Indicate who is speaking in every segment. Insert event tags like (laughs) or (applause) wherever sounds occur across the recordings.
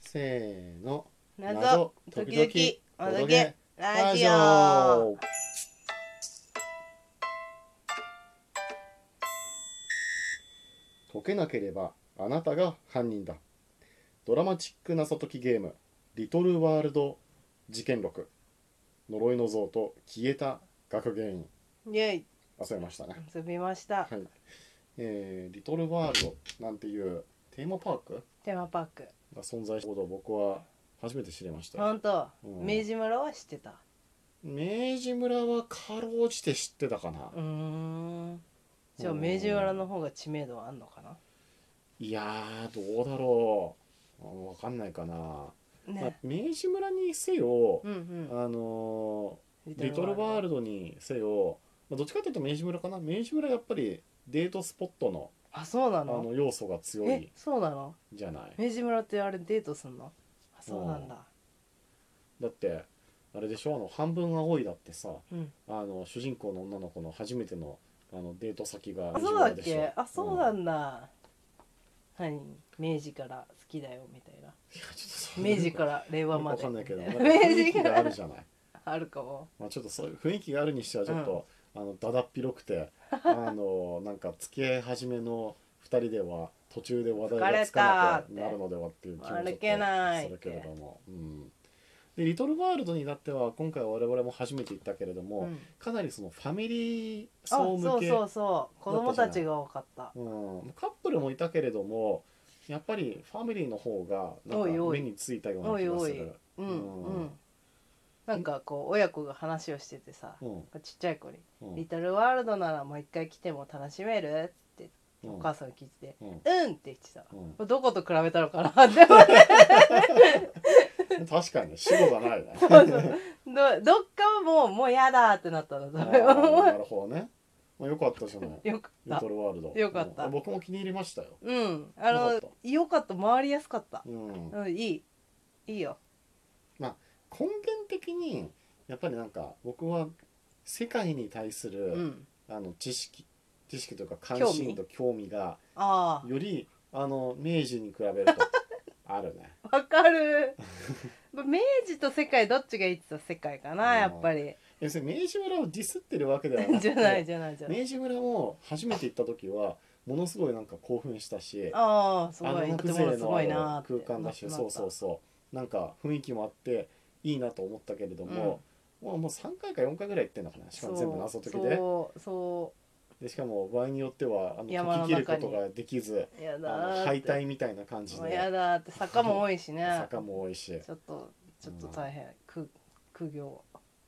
Speaker 1: せーの
Speaker 2: 謎時々おどけラジ
Speaker 1: ラ
Speaker 2: オ
Speaker 1: 解けなければあなたが犯人だドラマチック謎解きゲーム「リトルワールド事件録」呪いの像と消えた学芸員
Speaker 2: イエイ
Speaker 1: 遊びましたね
Speaker 2: 遊びました
Speaker 1: はいえー、リトルワールドなんていうテーマパーク
Speaker 2: テーマパーク
Speaker 1: が存在したことを僕は初めて知りました
Speaker 2: 本当
Speaker 1: うん
Speaker 2: 明治村は知ってた
Speaker 1: 明治村はかろうじて知ってたかな
Speaker 2: うーんじゃあ
Speaker 1: うん
Speaker 2: 明治村の方が知名度はあんのか
Speaker 1: いやーどうだろうあわかんないかな、
Speaker 2: な
Speaker 1: まあ
Speaker 2: ね
Speaker 1: 明治村にせよ
Speaker 2: う、ん
Speaker 1: あの
Speaker 2: うん
Speaker 1: ーリトルワールドにせよ、まあ、どっちかというと明治村かな明治村やっぱりデートスポットの
Speaker 2: あそうな
Speaker 1: あの
Speaker 2: の
Speaker 1: 要素が強
Speaker 2: え
Speaker 1: い
Speaker 2: そうなの
Speaker 1: じゃない
Speaker 2: 明治村ってあれデートすんのあそうなんだ
Speaker 1: だってあれでしょあの半分青いだってさ
Speaker 2: うん
Speaker 1: あの主人公の女の子の初めてのあのデート先が
Speaker 2: あ
Speaker 1: 明治
Speaker 2: そうだ
Speaker 1: 村
Speaker 2: っ
Speaker 1: でしょ
Speaker 2: けあそうなん
Speaker 1: い
Speaker 2: んだ何明治から好きだよみた
Speaker 1: (laughs)
Speaker 2: いな
Speaker 1: やちょっとそれ
Speaker 2: 明治から令和
Speaker 1: よく
Speaker 2: ま
Speaker 1: わ
Speaker 2: で
Speaker 1: かんない
Speaker 2: (laughs)
Speaker 1: けど
Speaker 2: み
Speaker 1: なん
Speaker 2: た
Speaker 1: か
Speaker 2: いな明
Speaker 1: 雰囲
Speaker 2: 治
Speaker 1: 気
Speaker 2: か
Speaker 1: があ
Speaker 2: ら (laughs)
Speaker 1: るじゃない
Speaker 2: あるかも
Speaker 1: まあ、ちょっとそういう雰囲気があるにしてはちょっと、あのだだっ広く
Speaker 2: (laughs)
Speaker 1: てあのなんか付き合い始めの2人では途中で話題がつかなくなるのではっていう気もちょっと
Speaker 2: 歩けない
Speaker 1: するけれども、うん、で「リトルワールド」になっては今回我々も初めて行ったけれども、
Speaker 2: うん
Speaker 1: かなりそのファミリー
Speaker 2: あ
Speaker 1: 層
Speaker 2: そ
Speaker 1: 向
Speaker 2: う
Speaker 1: け
Speaker 2: そうそう子供たちが多かった
Speaker 1: うん、カップルもいたけれどもやっぱりファミリーの方がな
Speaker 2: おい
Speaker 1: んか
Speaker 2: おい
Speaker 1: 目についたような
Speaker 2: お
Speaker 1: 気
Speaker 2: い
Speaker 1: が
Speaker 2: お
Speaker 1: す
Speaker 2: い
Speaker 1: る。
Speaker 2: うん
Speaker 1: うん
Speaker 2: うんなんかこう親子が話をしててさ
Speaker 1: うん
Speaker 2: ちっちゃい子に
Speaker 1: う
Speaker 2: 「
Speaker 1: ん
Speaker 2: リトルワールドならもう一回来ても楽しめる?」って
Speaker 1: うん
Speaker 2: お母さんが聞いて
Speaker 1: うん
Speaker 2: て「うん」って言ってさ
Speaker 1: うん
Speaker 2: これどこと比べたのかなでもね
Speaker 1: 確かに死語がないね。
Speaker 2: そ
Speaker 1: (laughs)
Speaker 2: うそうどどっかはもうもうやだってなったの
Speaker 1: あ
Speaker 2: 多
Speaker 1: ー
Speaker 2: 分
Speaker 1: なるほどね。まあ、よかったじゃない。
Speaker 2: (laughs) よかっ
Speaker 1: リ
Speaker 2: た
Speaker 1: トルワールド。
Speaker 2: よかった
Speaker 1: うん僕も気に入りましたよ。
Speaker 2: うんあ
Speaker 1: よかっ
Speaker 2: のよかった回りやすかった
Speaker 1: うん。
Speaker 2: うんいいいいよ
Speaker 1: 根源的にやっぱりなんか僕は世界に対する、
Speaker 2: うん
Speaker 1: あの知識知識というか関心と興味が
Speaker 2: ああ
Speaker 1: よりあの明治に比べ
Speaker 2: (laughs)
Speaker 1: るとあるね。
Speaker 2: わかる明治と世界どっちがいいって言ったら世界かなやっ
Speaker 1: (laughs)
Speaker 2: ぱり
Speaker 1: 要するに明治村をディスってるわけではなく
Speaker 2: じゃない
Speaker 1: て、
Speaker 2: じゃないじゃない
Speaker 1: 明治村も初めて行った時はものすごいなんか興奮したし、
Speaker 2: ああすご
Speaker 1: あの
Speaker 2: い
Speaker 1: 風
Speaker 2: 建物
Speaker 1: 情
Speaker 2: すごい
Speaker 1: のあ
Speaker 2: な
Speaker 1: る空間だしそうそう
Speaker 2: そ
Speaker 1: そうなんか雰囲気もあっていいなと思ったけれども、もうもう3回か4回ぐらい行ってんのかなしかも全部謎解きで
Speaker 2: そうそ
Speaker 1: でしかも場合によってはあの
Speaker 2: 山の
Speaker 1: 解
Speaker 2: 中
Speaker 1: き
Speaker 2: に
Speaker 1: 切ることができず
Speaker 2: うや
Speaker 1: あ
Speaker 2: だー
Speaker 1: の
Speaker 2: って
Speaker 1: 敗退みたいな感じ
Speaker 2: もうや
Speaker 1: で
Speaker 2: だーって坂も多いしね
Speaker 1: 坂も多いし
Speaker 2: ちょっとちょっと大変、苦苦行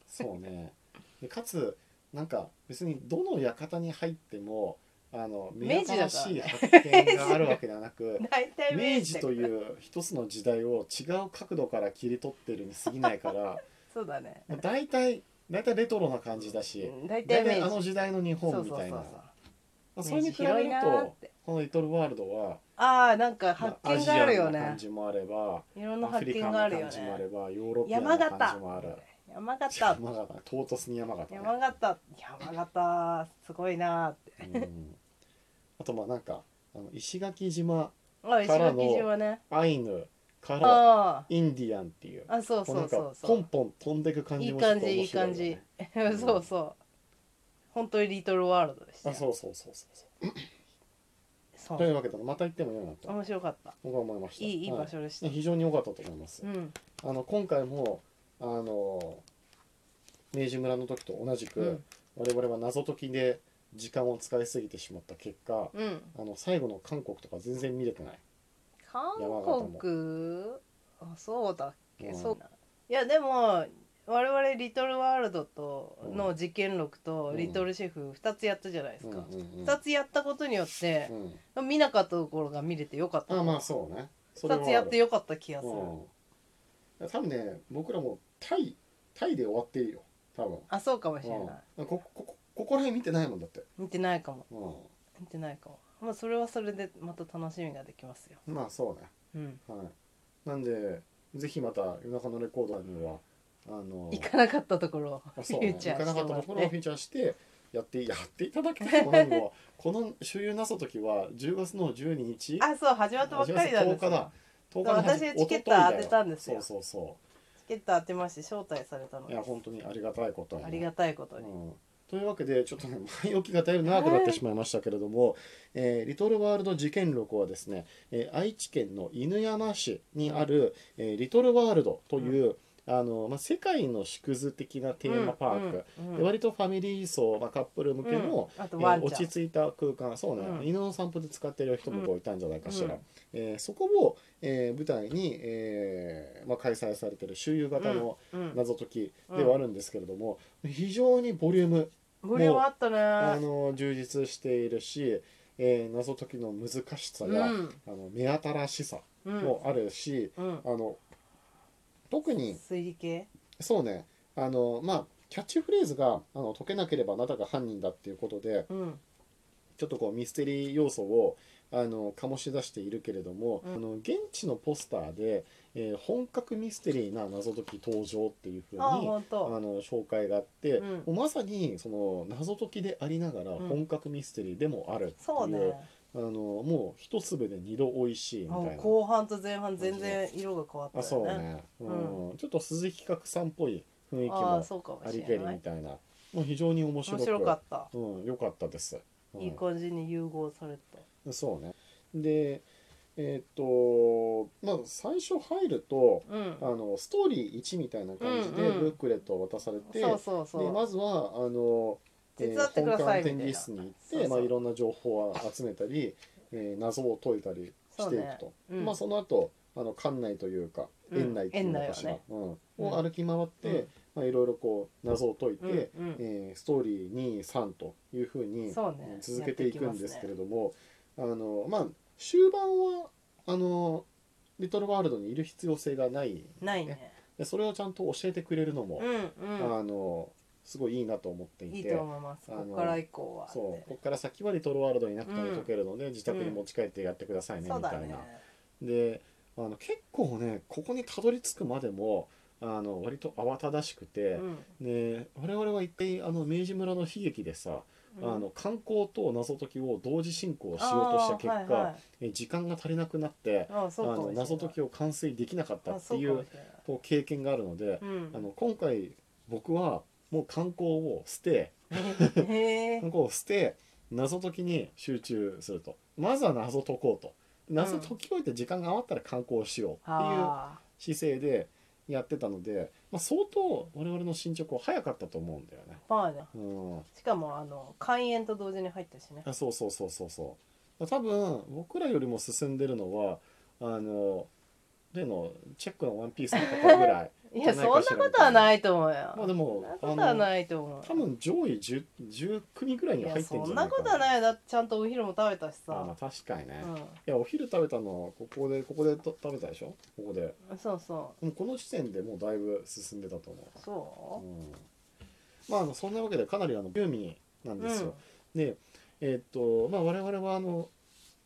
Speaker 1: そうねでかつなんか別にどの館に入ってもあの目
Speaker 2: 明治だ
Speaker 1: 新
Speaker 2: から
Speaker 1: しい発見があるわけではなく
Speaker 2: (laughs) 大体
Speaker 1: 明治と
Speaker 2: う
Speaker 1: いう一つの時代を違う角度から切り取ってるに過ぎないから
Speaker 2: そうだね
Speaker 1: まあ大体大体レトロな感じだし
Speaker 2: うん大
Speaker 1: 大体
Speaker 2: 体明
Speaker 1: あ
Speaker 2: 治
Speaker 1: の時代の日本みたいな
Speaker 2: そう
Speaker 1: まあ
Speaker 2: そう
Speaker 1: そ
Speaker 2: そう
Speaker 1: れに
Speaker 2: 明
Speaker 1: 比
Speaker 2: 治
Speaker 1: べ
Speaker 2: 広
Speaker 1: る
Speaker 2: いなー
Speaker 1: と
Speaker 2: って
Speaker 1: この「リトルワールドは」
Speaker 2: ああなんか
Speaker 1: ま
Speaker 2: 発
Speaker 1: あア
Speaker 2: 見
Speaker 1: ジ
Speaker 2: がある
Speaker 1: ア
Speaker 2: よ
Speaker 1: ンな感
Speaker 2: ね
Speaker 1: じもあれば
Speaker 2: いろんな
Speaker 1: アフ
Speaker 2: 発
Speaker 1: リ
Speaker 2: 見
Speaker 1: カン
Speaker 2: があ
Speaker 1: な
Speaker 2: るよ
Speaker 1: 感じもあ
Speaker 2: ね
Speaker 1: ればヨーロピアン
Speaker 2: 山
Speaker 1: な
Speaker 2: 形
Speaker 1: 感じもある
Speaker 2: 山形
Speaker 1: 山形唐突に山形ね
Speaker 2: 山形山形すごいなーっ
Speaker 1: う
Speaker 2: て
Speaker 1: んあとまあなんかあの石垣島
Speaker 2: あ石
Speaker 1: からの
Speaker 2: 垣島ね
Speaker 1: アイヌから
Speaker 2: あ
Speaker 1: インディアンっていう
Speaker 2: ああそ
Speaker 1: こ
Speaker 2: う
Speaker 1: う
Speaker 2: そ
Speaker 1: なん
Speaker 2: うそ
Speaker 1: か
Speaker 2: う
Speaker 1: ポ
Speaker 2: そ
Speaker 1: ン
Speaker 2: う
Speaker 1: ポン飛んでく感
Speaker 2: い
Speaker 1: じ
Speaker 2: い
Speaker 1: もちょっ
Speaker 2: 感
Speaker 1: と
Speaker 2: じい
Speaker 1: 面
Speaker 2: い
Speaker 1: 白いよ
Speaker 2: 感
Speaker 1: ね
Speaker 2: じ
Speaker 1: うん
Speaker 2: (laughs) そうそう本当にリトルワールドでした
Speaker 1: あ
Speaker 2: よ
Speaker 1: そうそうそうそうそう
Speaker 2: そう
Speaker 1: というわけでまた行ってもいいなと
Speaker 2: 面白かった
Speaker 1: 僕は思いました
Speaker 2: いいいい
Speaker 1: は
Speaker 2: 場所でした
Speaker 1: ね非常に良かったと思います
Speaker 2: う。ん
Speaker 1: あの今回もあの明治村の時と同じく、
Speaker 2: うん
Speaker 1: 我々は謎解きで時間を使いすぎてしまった結果、
Speaker 2: うん
Speaker 1: あの最後の韓国とか全然見れてない。
Speaker 2: 韓
Speaker 1: 山
Speaker 2: 国あそうだっけ
Speaker 1: うん
Speaker 2: そういやでも我々リトルワールドと
Speaker 1: う
Speaker 2: の事件録と
Speaker 1: うん
Speaker 2: リトルシェフ2つやったじゃないですか
Speaker 1: うんうんうん
Speaker 2: 2つやったことによって
Speaker 1: うん
Speaker 2: 見なかったところが見れてよかった
Speaker 1: あまあそうね。そ
Speaker 2: 2つやって
Speaker 1: よ。
Speaker 2: よかった気がす
Speaker 1: う
Speaker 2: る
Speaker 1: ん。多分ね僕らもタイタイで終わってるよ多分。
Speaker 2: あそうかもしれない
Speaker 1: うん、こここここら辺見てないもんだって。
Speaker 2: 見てないかも
Speaker 1: う
Speaker 2: 見てないかもまあそれはそれでまた楽しみができますよ
Speaker 1: ん。まあそうね。
Speaker 2: うん
Speaker 1: はい。なんでぜひまた夜中のレコーダーにはあの
Speaker 2: 行かなかったところを
Speaker 1: あ
Speaker 2: フ
Speaker 1: そう
Speaker 2: (laughs) ュ
Speaker 1: ね、
Speaker 2: ーチャー
Speaker 1: 行か
Speaker 2: し
Speaker 1: な
Speaker 2: て
Speaker 1: かったとこ
Speaker 2: も
Speaker 1: ろ
Speaker 2: ら
Speaker 1: をフ
Speaker 2: って
Speaker 1: ィーチャーしてやってやっていただき
Speaker 2: (laughs)
Speaker 1: たいも何もこの周遊謎解きは10月の12日
Speaker 2: あそう始まったばっかりなんです
Speaker 1: 10月10日だ10日に始
Speaker 2: 私
Speaker 1: 一昨日
Speaker 2: チケット当てたんですよ
Speaker 1: そうそうそ
Speaker 2: チケット当てまして招待されたの
Speaker 1: うい
Speaker 2: で
Speaker 1: や本当にありがたいことに
Speaker 2: ありがたいことに、
Speaker 1: うん、というわけでちょっとね (laughs) 前置きがだいぶ長くなってしまいましたけれども、えーリトルワールド事件録はですね、えー愛知県の犬山市にある、えーリトルワールドという、あのまあ、世界の縮図的なテーマパーク、
Speaker 2: うんうん
Speaker 1: で割とファミリー層、まあ、カップル向けの、
Speaker 2: うんあと
Speaker 1: えー
Speaker 2: ワンちゃん、
Speaker 1: 落ち着いた空間そうね、
Speaker 2: うん
Speaker 1: 犬の散歩で使ってる人もこういたんじゃないかしら、
Speaker 2: うん
Speaker 1: えーそこを、えー舞台に、えーまあ、開催されてる周遊型の
Speaker 2: うん
Speaker 1: 謎解きではあるんですけれども、非常にボリューム
Speaker 2: ボリュームあったね
Speaker 1: あの充実しているし、えー謎解きの難しさや、
Speaker 2: うん
Speaker 1: あの目新しさ
Speaker 2: うん
Speaker 1: もあるし、
Speaker 2: うん
Speaker 1: あの特に
Speaker 2: 推理系
Speaker 1: そうねあのまあキャッチフレーズがあの解けなければあなたが犯人だっていうことで
Speaker 2: うん
Speaker 1: ちょっとこうミステリー要素をあの醸し出しているけれども、
Speaker 2: うん
Speaker 1: あの現地のポスターで、えー本格ミステリーな謎解き登場っていうふうに
Speaker 2: あ本
Speaker 1: あ
Speaker 2: 当
Speaker 1: の紹介があって、
Speaker 2: うん
Speaker 1: もうまさにその謎解きでありながら
Speaker 2: うん
Speaker 1: 本格ミステリーでもあるってい
Speaker 2: そうね
Speaker 1: う,、あのもう一粒で二度美味しいみ
Speaker 2: あ
Speaker 1: たいな
Speaker 2: 後半と前半全然色が変わった
Speaker 1: あそうね、うんちょっと鈴木角さんっぽい雰囲気
Speaker 2: ああ
Speaker 1: も
Speaker 2: そうかも
Speaker 1: あ
Speaker 2: し
Speaker 1: りけ
Speaker 2: れ
Speaker 1: り
Speaker 2: な
Speaker 1: み
Speaker 2: い
Speaker 1: たいなもう非常に面白く
Speaker 2: 面白かった、
Speaker 1: うん、良かったです、うん
Speaker 2: いい感じに融合された
Speaker 1: そうねでえーっとまあ最初入ると
Speaker 2: うん
Speaker 1: あのストーリー1みたいな感じで
Speaker 2: うんうん
Speaker 1: ブックレットを渡されて、
Speaker 2: そうそうそう
Speaker 1: でまずはあの、
Speaker 2: 手伝ってください
Speaker 1: えー本館展
Speaker 2: みたいな
Speaker 1: 示室に行って
Speaker 2: そうそう
Speaker 1: まあ、いろんな情報を集めたり、えー謎を解いたりしていくと
Speaker 2: そうねうん
Speaker 1: まあ、その後あの館内というか
Speaker 2: うん
Speaker 1: 園内っていうのかしら、
Speaker 2: 園
Speaker 1: うんを歩き回って、
Speaker 2: うん
Speaker 1: まあ、いろいろこう謎を解いて、
Speaker 2: うんうん
Speaker 1: えーストーリー23というふうに
Speaker 2: そうね
Speaker 1: 続けていくんですけれども、あのまあ終盤はあのリトルワールドにいる必要性がない
Speaker 2: ないね
Speaker 1: でそれをちゃんと教えてくれるのも、
Speaker 2: うんうん
Speaker 1: あのすごいいいなと思っていて
Speaker 2: いいと思います
Speaker 1: あの
Speaker 2: ここから以降は
Speaker 1: そうこ
Speaker 2: って
Speaker 1: こから先はリトルワールドになくても
Speaker 2: うん
Speaker 1: 解けるので、自宅に持ち帰ってやってくださいね、
Speaker 2: そう
Speaker 1: みた
Speaker 2: だ
Speaker 1: いな。
Speaker 2: ね
Speaker 1: であの結構ねここにたどり着くまでもあの割と慌ただしくて、で我々は一回あの明治村の悲劇でさ、あの観光と謎解きを同時進行しようとした結果、え時間が足りなくなってあの謎解き
Speaker 2: を
Speaker 1: を完遂できなかったってい
Speaker 2: そうかも
Speaker 1: う
Speaker 2: しれない
Speaker 1: こう経験があるので、
Speaker 2: うん
Speaker 1: あの今回僕はもう観光を捨て
Speaker 2: へ
Speaker 1: (laughs)
Speaker 2: え
Speaker 1: 観光を捨て謎解きに集中するとまずは謎解こうと謎解き終えて時間が余ったら観光をしようっていう
Speaker 2: はあ
Speaker 1: 姿勢でやってたので、まあ、相当我々の進捗は早かったと思うんだよね。
Speaker 2: まあね
Speaker 1: うん
Speaker 2: しかもあの開園と同時に入ったしね
Speaker 1: あそうそうそうそうそう多分僕らよりも進んでるのはあの例のチェックのワンピースの方ぐらい
Speaker 2: いやそんなことはないと思うよ
Speaker 1: まあでも
Speaker 2: そんなことは
Speaker 1: あの
Speaker 2: ないと思う
Speaker 1: 多分上位 10, 10組ぐらい
Speaker 2: い
Speaker 1: には
Speaker 2: や
Speaker 1: 入って
Speaker 2: そ
Speaker 1: んじ
Speaker 2: ん
Speaker 1: ゃな
Speaker 2: ない
Speaker 1: か
Speaker 2: ことは
Speaker 1: な
Speaker 2: ないよだってちゃんとお昼も食べたし
Speaker 1: あまあ
Speaker 2: さ
Speaker 1: 確かにね、い
Speaker 2: うん
Speaker 1: やお昼食べたのはここでここでと食べたでしょここで
Speaker 2: そうそ
Speaker 1: もうこの時点でもうだいぶ進んでたと思、
Speaker 2: うそう
Speaker 1: うん、まああのそんなわけでかなりあのユーミーなん
Speaker 2: う
Speaker 1: ですよ、でえーっとまあ我々はあの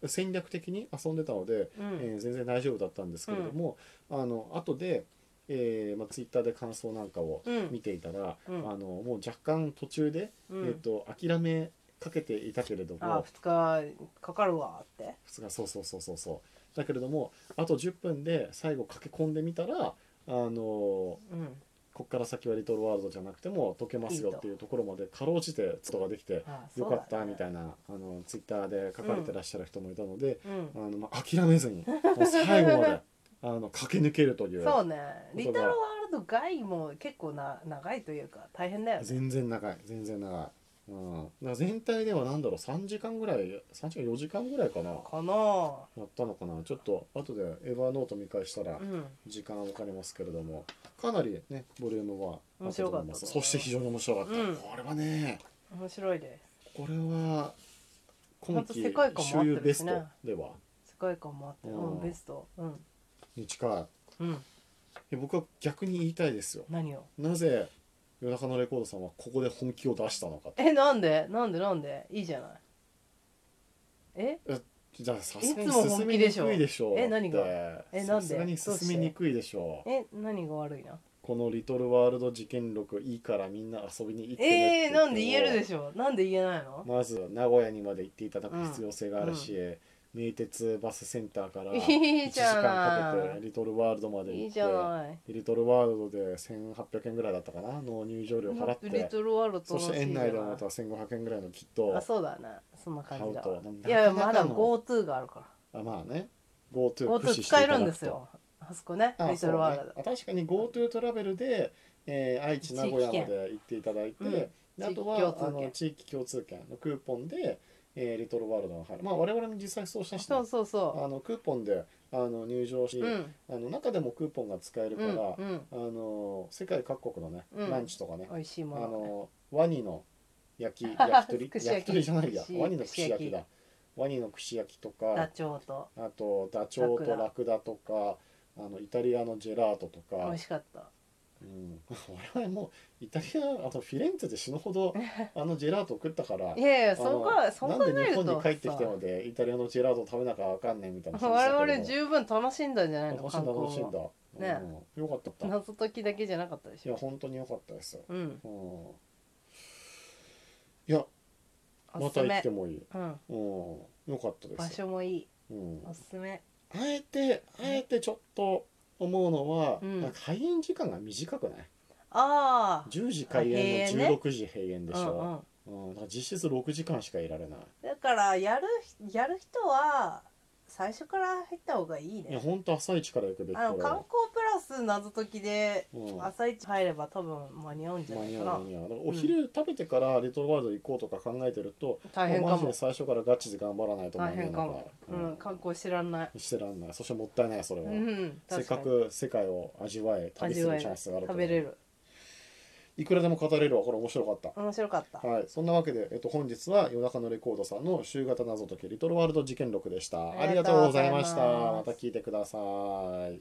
Speaker 1: 戦略的に遊んでたので、
Speaker 2: うんうん
Speaker 1: えー全然大丈夫だったんですけれども、あの後で、えーまあ、ツイッターで感想なんかを
Speaker 2: うん
Speaker 1: 見ていたら、
Speaker 2: うん
Speaker 1: あのもう若干途中で、
Speaker 2: うん
Speaker 1: えー、と諦めかけていたけれど
Speaker 2: あ
Speaker 1: も
Speaker 2: 2日かかるわって
Speaker 1: 普通がそうそうそうそうそうだけれどもあと10分で最後駆け込んでみたらあの
Speaker 2: うん
Speaker 1: こっから先はリトルワールドじゃなくても解けますよっていうところまでかろうじてツトができて
Speaker 2: あ
Speaker 1: よかった
Speaker 2: そうだね
Speaker 1: みたいな、あのツイッターで書かれてらっしゃる人もいたので、
Speaker 2: うん
Speaker 1: あのまあ、諦めずにもう最後まで (laughs) あの駆け抜けるという
Speaker 2: そうね「
Speaker 1: 言
Speaker 2: リ
Speaker 1: 葉
Speaker 2: トルワールド外」も結構な長いというか大変だよね
Speaker 1: 全然長い全然長い、うん、だから全体では何だろう3時間ぐらい3時間4時間ぐらいかなや
Speaker 2: かな
Speaker 1: ったのかなちょっと後でエヴァノート見返したら
Speaker 2: うん
Speaker 1: 時間は分かりますけれどもかなりねボリュームはあったと思いますそ
Speaker 2: 面白かった
Speaker 1: して非常に面白かった、
Speaker 2: うん
Speaker 1: これはね
Speaker 2: 面白いです
Speaker 1: これは今期
Speaker 2: ほんと世界観も合
Speaker 1: 周遊
Speaker 2: って
Speaker 1: ベ
Speaker 2: る
Speaker 1: ス
Speaker 2: し
Speaker 1: ト
Speaker 2: ね
Speaker 1: では
Speaker 2: 世界観もあって
Speaker 1: う
Speaker 2: うんんベストうん
Speaker 1: に近いい
Speaker 2: うん
Speaker 1: や僕は逆に言いたいですよ
Speaker 2: 何を
Speaker 1: なぜ夜中のレコードさんはここで本気を出したのか
Speaker 2: (laughs) えなんでなんでなんでいいじゃないえ
Speaker 1: じゃあさすが
Speaker 2: い
Speaker 1: に
Speaker 2: つも
Speaker 1: 進
Speaker 2: 本
Speaker 1: みに
Speaker 2: 気でしょ
Speaker 1: くいでしょ
Speaker 2: え何が
Speaker 1: だって
Speaker 2: えなん
Speaker 1: さ
Speaker 2: で
Speaker 1: すがに進みにくいでしょ
Speaker 2: え何が悪いな
Speaker 1: この「リトルワールド事件録」いいからみんな遊びに行ってね
Speaker 2: えー、なんで言えるで
Speaker 1: し
Speaker 2: しょなんで言えないの
Speaker 1: まず名古屋にまで行っていただく必要性があるし、名鉄バスセンターから1
Speaker 2: いい
Speaker 1: 時
Speaker 2: じゃ
Speaker 1: 間か
Speaker 2: な
Speaker 1: けてリトルワールドまで行
Speaker 2: い。いい
Speaker 1: っ
Speaker 2: じゃ
Speaker 1: て
Speaker 2: ない。
Speaker 1: リトルワールドで1800円ぐらいだったかなの入場料払っ
Speaker 2: リ
Speaker 1: て
Speaker 2: トルワールド
Speaker 1: そして園内でもまた
Speaker 2: 楽し
Speaker 1: 1500円ぐらいのキッ
Speaker 2: いな
Speaker 1: ト
Speaker 2: あ、そうだな。そんな感じだわ
Speaker 1: 買うと
Speaker 2: い
Speaker 1: な
Speaker 2: や、
Speaker 1: かな
Speaker 2: ま
Speaker 1: か
Speaker 2: だ
Speaker 1: の
Speaker 2: GoTo があるから。
Speaker 1: あまあね GoTo 駆使し
Speaker 2: GoTo
Speaker 1: てい
Speaker 2: 使え
Speaker 1: ただくと
Speaker 2: るんですよ。あそこね、
Speaker 1: あ
Speaker 2: リトルワール
Speaker 1: そうねあ確かに GoTo トラベルで、えー愛知名古屋ま
Speaker 2: 地域券
Speaker 1: で行っていただいて、
Speaker 2: うん
Speaker 1: であとは
Speaker 2: 地域共通
Speaker 1: あ
Speaker 2: 券
Speaker 1: の地域共通券のクーポンで、えーリトルワールドが入るまあ我々も実際そうした
Speaker 2: ド。
Speaker 1: し、
Speaker 2: そうそうそ
Speaker 1: あのクーポンであの入場し、
Speaker 2: う。うん。
Speaker 1: あの中でもクーポンが使えるか
Speaker 2: う
Speaker 1: ら、
Speaker 2: ん。うん。
Speaker 1: あの世界各国のね、
Speaker 2: うん
Speaker 1: ランチとかね、
Speaker 2: 美味しい
Speaker 1: あ
Speaker 2: もの。
Speaker 1: のワニの焼
Speaker 2: (laughs)
Speaker 1: き焼き鳥
Speaker 2: 串
Speaker 1: 焼
Speaker 2: 焼
Speaker 1: き
Speaker 2: き
Speaker 1: 鳥じゃないや
Speaker 2: 串
Speaker 1: ワニの串焼きだ
Speaker 2: 串
Speaker 1: ワニの串焼きと
Speaker 2: ダ
Speaker 1: か
Speaker 2: チョウと。
Speaker 1: あとダチョウと
Speaker 2: ラクダ
Speaker 1: ラクダとかあのイタリアのジェラートと
Speaker 2: 美
Speaker 1: か
Speaker 2: 味、しかった。
Speaker 1: うん、 (laughs) 我々もイタリアあとフィレンツェで死ぬほ
Speaker 2: (laughs)
Speaker 1: どあのジェラート食ったから
Speaker 2: い。やいや、そ
Speaker 1: あの
Speaker 2: こは、そん
Speaker 1: な
Speaker 2: なん
Speaker 1: で
Speaker 2: ない
Speaker 1: 日
Speaker 2: と
Speaker 1: 本
Speaker 2: さ。
Speaker 1: に帰ってきたのでイタリアのジェラートを食べなきゃわかんねえみたいな話だったけど
Speaker 2: (laughs) 我々十分楽しんだんじゃないの
Speaker 1: 楽しん
Speaker 2: 観
Speaker 1: だ
Speaker 2: 光
Speaker 1: 楽しんだ
Speaker 2: は、
Speaker 1: うんよかったよかっ
Speaker 2: 謎解きだけじゃなかったで
Speaker 1: たい
Speaker 2: し
Speaker 1: や
Speaker 2: ょ
Speaker 1: 本当によかったですよ、
Speaker 2: うん
Speaker 1: うん、いや
Speaker 2: お
Speaker 1: ます
Speaker 2: す
Speaker 1: た行っ
Speaker 2: め
Speaker 1: てもいい、
Speaker 2: うん
Speaker 1: うん、よかったで
Speaker 2: 場
Speaker 1: すよ、
Speaker 2: 所もいい
Speaker 1: うん、
Speaker 2: おすすめ
Speaker 1: あえてあえてちょっと思うのは、
Speaker 2: うん
Speaker 1: なんか開園時間が短くない
Speaker 2: ああ
Speaker 1: 10時開園
Speaker 2: あ閉園
Speaker 1: の
Speaker 2: ね
Speaker 1: 16時閉園でしょ、
Speaker 2: うんうん
Speaker 1: うん、だから実質6時間しかいられない。
Speaker 2: だからやるやる人は最初から入った方がいい
Speaker 1: いや、
Speaker 2: ね
Speaker 1: ほんと朝一から行くべき
Speaker 2: あの観
Speaker 1: か
Speaker 2: 光プラス謎解きで
Speaker 1: ら。うん、
Speaker 2: 朝一入れば多分間に合うんじゃ
Speaker 1: 間
Speaker 2: ない
Speaker 1: に合
Speaker 2: か
Speaker 1: う
Speaker 2: な
Speaker 1: 間に合う。だからお昼食べてからリトルワールド行こうとか考えてると、
Speaker 2: 大変か
Speaker 1: マジで
Speaker 2: も
Speaker 1: 最初からガチで頑張らないと間
Speaker 2: 大
Speaker 1: に合わ
Speaker 2: 変
Speaker 1: な
Speaker 2: か
Speaker 1: いら
Speaker 2: もうん観光知らない
Speaker 1: してらんない。そしてもったいない、それ
Speaker 2: う
Speaker 1: は。
Speaker 2: ん
Speaker 1: せっ
Speaker 2: 確
Speaker 1: か
Speaker 2: かに
Speaker 1: く世界を味わえ、旅す
Speaker 2: 味わ
Speaker 1: る
Speaker 2: え
Speaker 1: チャ
Speaker 2: る
Speaker 1: ンスがあると
Speaker 2: 食べれる
Speaker 1: いくらでも語れるわ。これ面白かった。
Speaker 2: 面白かった
Speaker 1: はい、そんなわけで、えっと、本日は夜中のレコードさんの週型謎解きリトルワールド事件録でした。あ
Speaker 2: あ
Speaker 1: り
Speaker 2: り
Speaker 1: が
Speaker 2: が
Speaker 1: と
Speaker 2: と
Speaker 1: う
Speaker 2: う
Speaker 1: ご
Speaker 2: ご
Speaker 1: ざ
Speaker 2: ざ
Speaker 1: い
Speaker 2: い
Speaker 1: ま
Speaker 2: ま
Speaker 1: し
Speaker 2: す
Speaker 1: た。また聞いてください。